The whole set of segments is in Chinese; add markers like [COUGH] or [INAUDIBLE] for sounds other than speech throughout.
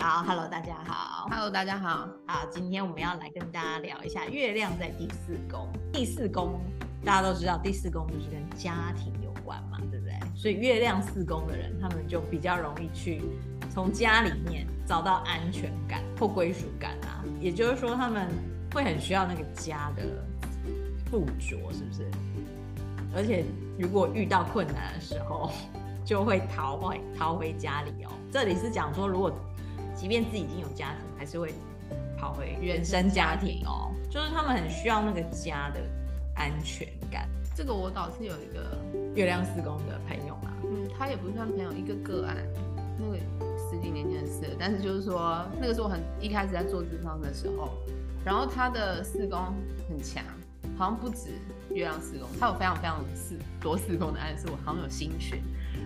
好，Hello，大家好。 Hello，大家好。好，今天我们要来跟大家聊一下月亮在第四宫。第四宫大家都知道，第四宫就是跟家庭有关嘛，对不对？所以月亮四宫的人，他们就比较容易去从家里面找到安全感或归属感啊。也就是说，他们会很需要那个家的附着，是不是？而且如果遇到困难的时候，就会逃回逃回家里哦。这里是讲说，如果即便自己已经有家庭，还是会跑回原生家庭哦。就是他们很需要那个家的安全感。这个我倒是有一个，月亮四宫的朋友嘛，嗯，他也不算朋友，一个个案，那个十几年前的事了，但是就是说，那个是我很一开始在做智商的时候，然后他的四宫很强，好像不止月亮四宫，他有非常非常四多四宫的暗示，我好像有心血。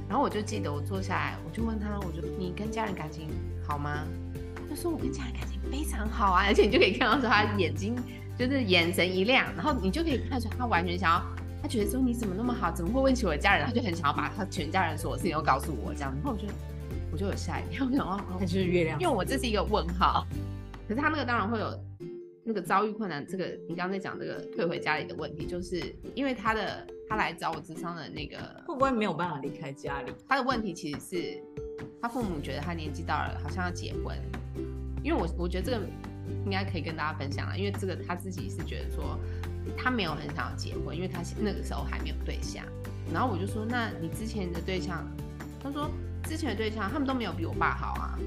然后我就记得我坐下来，我就问他，我就你跟家人感情好吗？他就说我跟家人感情非常好啊，而且你就可以看到说他眼睛就是眼神一亮，然后你就可以看出他完全想要，他觉得说你怎么那么好，怎么会问起我的家人？他就很想要把他全家人所有事情都告诉我这样，然后我就我就有吓一跳，我想哦，他就是月亮因为。我这是一个问号。可是他那个当然会有那个遭遇困难，这个你刚才讲这个退回家里的问题，就是因为他的他来找我智商的那个会不会没有办法离开家里？他的问题其实是他父母觉得他年纪到了，好像要结婚。因为我我觉得这个应该可以跟大家分享了，因为这个他自己是觉得说他没有很想要结婚，因为他那个时候还没有对象。然后我就说，那你之前的对象？他说之前的对象他们都没有比我爸好啊。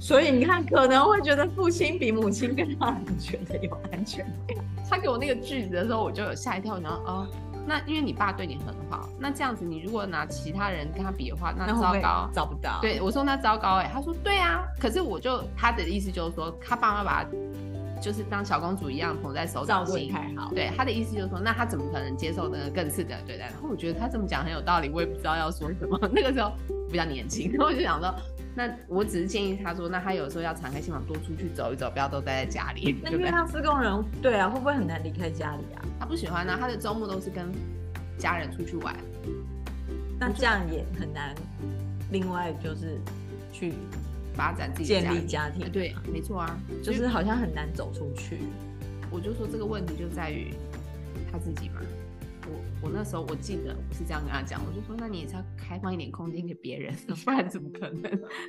所以你看，可能会觉得父亲比母亲更让你觉得有安全感。他给我那个句子的时候，我就有吓一跳，然后哦，那因为你爸对你很好，那这样子你如果拿其他人跟他比的话，那那会不糟会糕。找不到？，对我说那糟糕哎、他说对啊，可是我就他的意思就是说，他爸妈把他就是当小公主一样捧在手照掌顾得心。太好。对他的意思就是说，那他怎么可能接受那个更次等的对待？然后我觉得他这么讲很有道理，我也不知道要说什么。 [LAUGHS] 那个时候比较年轻，然后我就想说，那我只是建议他说，那他有时候要敞开心房，多出去走一走，不要都待在家里。那就跟月亮四宫人，对啊，会不会很难离开家里啊？他不喜欢呢、他的周末都是跟家人出去玩。那这样也很难。另外就是去发展自己的建立庭家庭啊，对，没错啊，就是好像很难走出去。我就说这个问题就在于他自己嘛。我我那时候我记得我是这样跟他讲，我就说那你也是要开放一点空间给别人，不然怎么 [LAUGHS] 可能？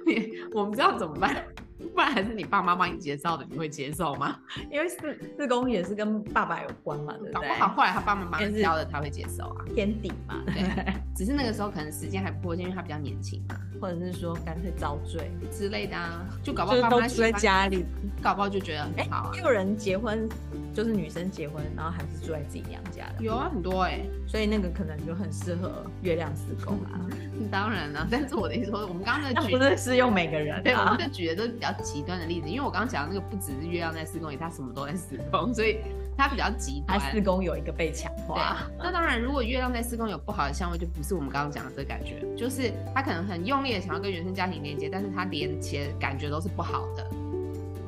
你我们知道怎么办？ [LAUGHS] 不然还是你爸妈帮你介绍的，你会接受吗？因为四四宫也是跟爸爸有关嘛，对不搞不对？好后来他爸妈帮也他是教的，他会接受啊。天底嘛，对， [LAUGHS] 只是那个时候可能时间还不够，因为他比较年轻嘛或者是说干脆遭罪，之类的啊，就搞不就是好爸都妈住喜在欢，家里。搞不好就觉得哎很好啊。，也有人结婚，就是女生结婚，然后还是住在自己娘家的，有啊，很多哎、所以那个可能就很适合月亮四宫啊。嗯当然了，但是我的意思说，我们刚刚的那举不，是适用每个人对，我啊们。这举的都是比较极端的例子，因为我刚刚讲的那个不只是月亮在施工，也它什么都在施工，所以它比较极他端。四宫啊有一个被强对化，，那当然，如果月亮在施工有不好的相位，就不是我们刚刚讲的这个感觉，就是他可能很用力的想要跟原生家庭连接，但是他连接感觉都是不好的。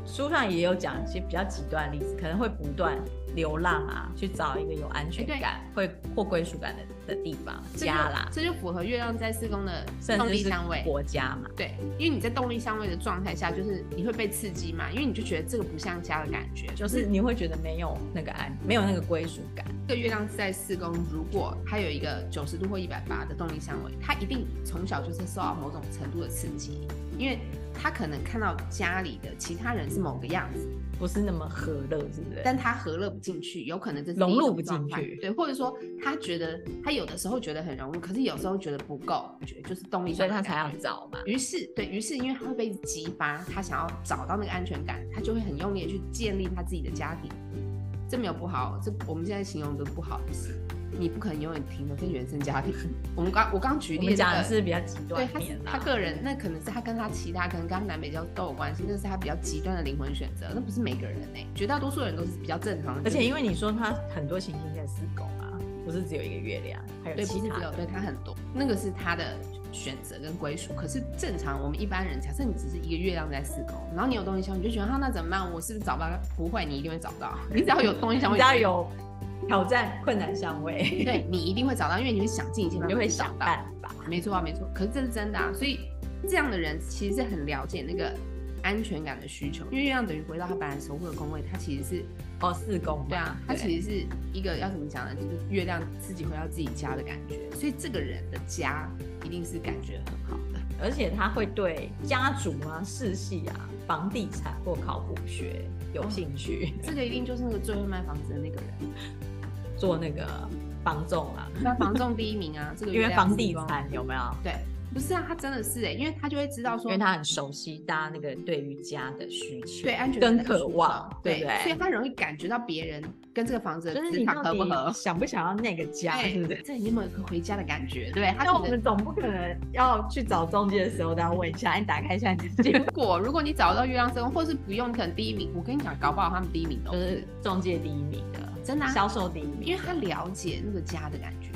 书上也有讲一些比较极端的例子，可能会不断流浪啊，去找一个有安全感、会或归属感的的地方哎这就家啦，这就符合月亮在施工的甚动至力是相位。国家嘛。对，因为你在动力相位的状态下，就是你会被刺激嘛，因为你就觉得这个不像家的感觉，就是你会觉得没有那个安，没有那个归属感。这个月亮在四宫，如果它有一个九十度或一百八的动力相位，它一定从小就是受到某种程度的刺激，因为他可能看到家里的其他人是某个样子，不是那么和乐，是不是？但他和乐不进去，有可能这是融入一种不进去状态对，或者说他觉得他有的时候觉得很融入，可是有时候觉得不够，觉得就是动力所上以的他感才觉，要找嘛。于是，对于是，因为他会被激发，他想要找到那个安全感，他就会很用力的去建立他自己的家庭。这没有不好，这我们现在形容的不好的是，你不可能永远停留在原生家庭。我们刚我刚举我例们那讲的个是比较极对端他面他啦，个人，那可能是他跟他其他可能跟他南北交都有关系，那是他比较极端的灵魂选择，那不是每个人哎、绝大多数人都是比较正常而的，且因为为你说他很多行星在四宫啊，不是只有一个月亮，还有对，不其是他只有的。对他很多，那个是他的选择跟归属。可是正常我们一般人，假设你只是一个月亮在四宫，然后你有东西相，你就觉得啊哈那怎么办？我是不是找不到？不会，你一定会找到。 [LAUGHS] 你只要有东西相，你只要有挑战、困难相位，对你一定会找到，因为你会想尽一切你办法就会去找想到。办法。没错啊，没错。可是这是真的啊，所以这样的人其实是很了解那个安全感的需求，因为月亮等于回到他本来守护的宫位，他其实是哦，四宫嘛对啊，他实其实是一个要怎么讲呢？就是月亮自己回到自己家的感觉，所以这个人的家一定是感觉很好的。而且他会对家族啊、世系啊、房地产或考古学有兴趣，这个一定就是那个最会卖房子的那个人， [LAUGHS] 哦做那个房仲啊，那房仲第一名啊，这个因为月亮房之地光产有没有？对，不是啊，他真的是哎、因为他就会知道因说为他很熟悉大家那个对于家的需求，对安全跟感的渴需求望对，对不对所以他容易感觉到别人跟这个房子的就是磁你场到合不合底。想不想要那个家，对是不是？这里有没有一个回家的感觉？对，他那我可能们总不可能要去找中介的时候都要问一下，你打开一下你自 [LAUGHS] 己，如果如果你找到月亮之宫，或是不用，可能第一名，我跟你讲，搞不好他们第一名都就是是中介第一名的，真的啊、销售第一名，因为他了解那个家的感觉，嗯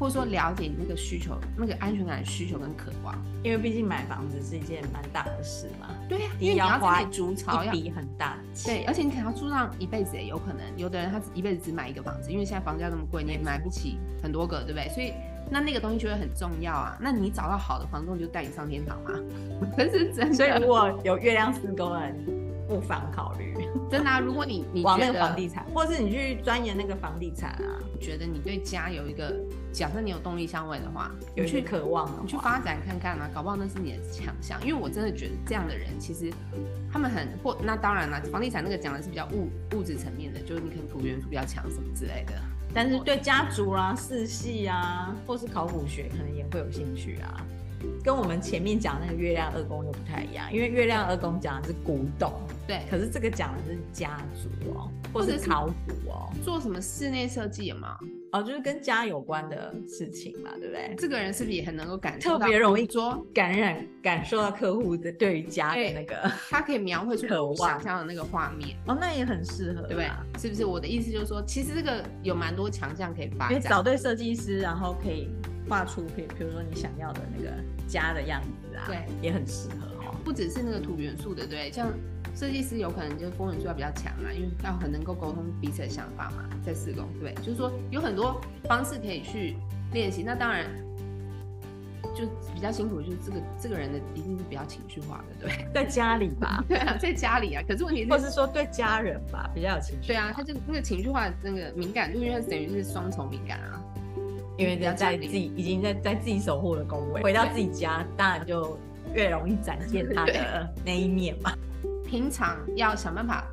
或者说了解你那个需求、那个安全感的需求跟渴望。因为毕竟买房子是一件蛮大的事嘛，对呀、啊，第一因为你要要花自己筑巢，一要笔很大的钱，对，而且你可能要住上一辈子也有可能。有的人他只一辈子只买一个房子，因为现在房价那么贵，你也买不起很多个，对不对？所以那那个东西就会很重要啊。那你找到好的房东就带你上天堂嘛，真 [LAUGHS] 是真的。所以如果有月亮四宫的人，不妨考虑真的、啊，如果你你往那觉个房得地产，或是你去钻研那个房地产啊，觉得你对家有一个，假设你有动力相位的话，有你去去渴望哦你的去话，发展看看啊，搞不好那是你的强项。因为我真的觉得这样的人，其实他们很或那当然啦，房地产那个讲的是比较物物质层面的，就是你可能土元素比较强什么之类的。但是对家族啦、世系啊，或是考古学，可能也会有兴趣啊。跟我们前面讲那个月亮二宫又不太一样，因为月亮二宫讲的是古董，对，可是这个讲的是家族哦，或或是者是考古哦，做什么室内设计有没有？哦，就是跟家有关的事情嘛，对不对？这个人是不是也很能够感受特到？别容易说感染感受到客户的对于家的那个，他可以描绘出渴我望啊想象的那个画面，哦，那也很适合啦，对不对？是不是？我的意思就是说，其实这个有蛮多强项可以发因为找展。对设计师，然后可以画出，比比如说你想要的那个家的样子啊，对，也很适合哦。不只是那个土元素的，对，像设计师有可能就是风元素要比较强啊，因为要很能够沟通彼此的想法嘛，在施工，对，就是说呃有很多方式可以去练习。那当然。呃就比较辛苦，就是这个这个人的一定是比较情绪化的，对在家里 [LAUGHS] 吧，对啊，在家里啊。可是问题是或是说对家人吧，比较有情绪。对啊，他这个那个情绪化的那个敏感度，因为它等于是双重敏感啊。因为在在比较家里自己已经在在自己守护的宫位，回到自己家，当然就越容易展 [LAUGHS] 现他的那一面嘛。平常要想办法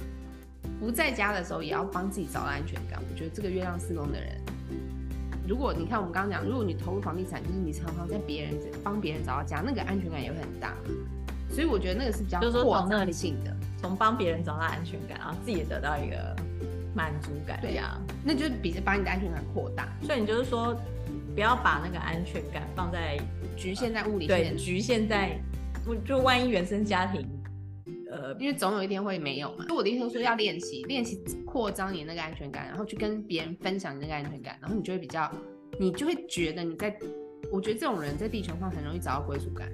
不在家的时候，也要帮自己找到安全感。我觉得这个月亮四宫的人，如果你看我们刚刚讲，如果你投入房地产，就是你常常在别人帮别人找到家，那个安全感也会很大。所以我觉得那个是比较就是说扩从那张里性的，从帮别人找到安全感，然后自己也得到一个满足感，这对样。那就是比把你的安全感扩大，所以你就是说，不要把那个安全感放在局限在物理对限制，局限在，不就万一原生家庭，呃，因为总有一天会没有嘛。所以我的意思是说要练习，练习扩张你那个安全感，然后去跟别人分享你那个安全感，然后你就会比较，你就会觉得你在，我觉得这种人在地球上很容易找到归属感。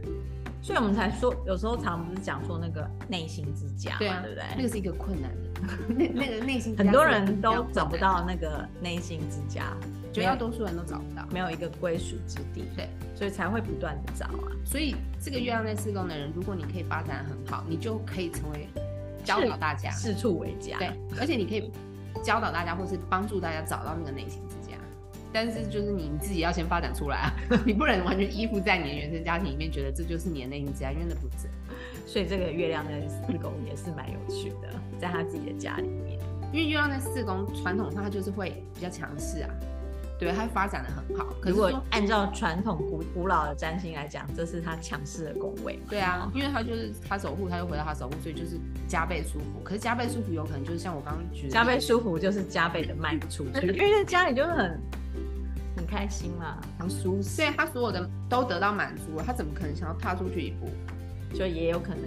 所以我们才说，有时候常不是讲说那个内心之家嘛，对啊，对不那对？个是一个困难的，那那个内心比较很多困难人都找不，比较到困那个内心之家，难绝大多数人都找不到。没有一个归属之地，对，所以才会不断的找啊。所以这个月亮在四宫的人，如果你可以发展得很好，你就可以成为教导大家，四处为家，啊 [LAUGHS] 对，而且你可以教导大家，或是帮助大家找到那个内心之家。但是就是你自己要先发展出来啊， [LAUGHS] 你不能完全依附在你的原生家庭里面，觉得这就是你的内心之家，因为那不是。所以这个月亮的四宫也是蛮有趣的，在他自己的家里面，因为月亮在四宫，传统上它就是会比较强势啊，对，它发展的很好。可如是果说按照传统古古老的占星来讲，这是他强势的宫位嘛，对啊，因为他就是他守护，他就回到他守护，所以就是加倍舒服。可是加倍舒服有可能就是像我刚刚举的加倍舒服就是加倍的卖不出 [LAUGHS] 去，因为在家里就很很开心嘛，常舒适，所以他所有的都得到满足了，他怎么可能想要踏出去一步？就也有可能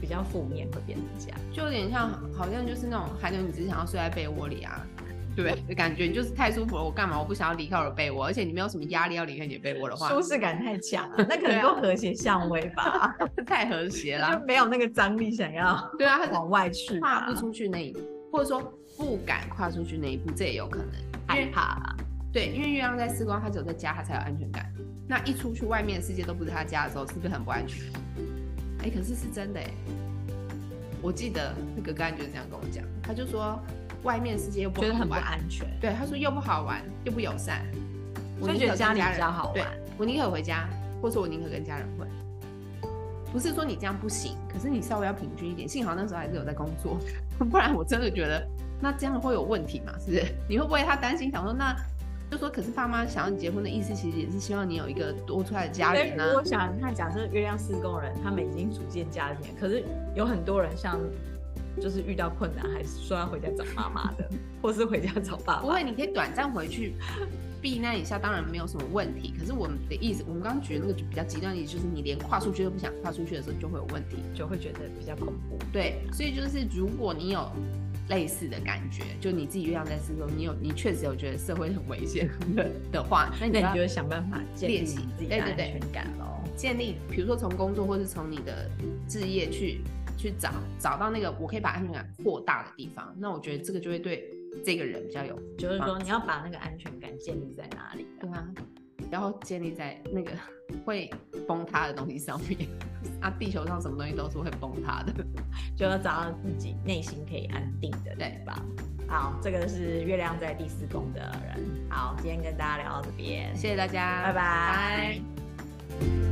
比较负面会变成这样。就有点像，好像就是那种韩流，你只想要睡在被窝里啊，对，嗯的感觉你就是太舒服了，我干嘛？我不想要离开我的被窝，而且你没有什么压力要离开你的被窝 [LAUGHS] 的话，舒适感太强 [LAUGHS] 了，那可能都和谐相位吧，太和谐 [LAUGHS] 就啦。没有那个张力想要对啊，他往外去跨 [LAUGHS] 吧，不出去那一步，或者说不敢跨出去那一步，这也有可能，因害为怕啊。对，因为月亮在四宫，他只有在家，他才有安全感。那一出去外面的世界都不是他家的时候，是不是很不安全？哎、可是是真的哎、我记得那个个案就是这样跟我讲，他就说外面世界又不觉得好很不玩，安全。对，他说又不好玩又不友善，我所以宁觉得可跟家里家比人较好对玩，我宁可回家，或者我宁可跟家人混。不是说你这样不行，可是你稍微要平均一点。幸好那时候还是有在工作， [LAUGHS] 不然我真的觉得那这样会有问题嘛？是不 [LAUGHS] 是？你会不会他担心想说那？就说，可是爸妈想要你结婚的意思，其实也是希望你有一个多出来的家所以人啊。我想看，假设月亮四宫人他们已经组建家庭了，可是有很多人像就是遇到困难，还是说要回家找妈妈的，或是回家找爸 [LAUGHS] 不爸。会，你可以短暂回去避难一下，当然没有什么问题。可是我们的意思，我们刚刚举的那个就比较极端的例子，就是你连跨出去都不想跨出去的时候，就会有问题。就会觉得比较恐怖，对，所以就是如果你有类似的感觉，就你自己月亮在四宫，你有你确实有觉得社会很危险的的话，那你那就你要就会想办法建立练你习自己的对对安对全感喽。建立，比如说从工作或是从你的置业去去找找到那个我可以把安全感扩大的地方，那我觉得这个就会对这个人比较有就是帮说，你要把那个安全感建立在哪里？对啊，然后建立在那个 [LAUGHS] 会崩塌的东西上面。 [LAUGHS] 啊，地球上什么东西都是会崩塌的。就要找到自己内心可以安定的地方。好，这个是月亮在第四宫的人。好，今天跟大家聊到这边，谢谢大家，拜拜。拜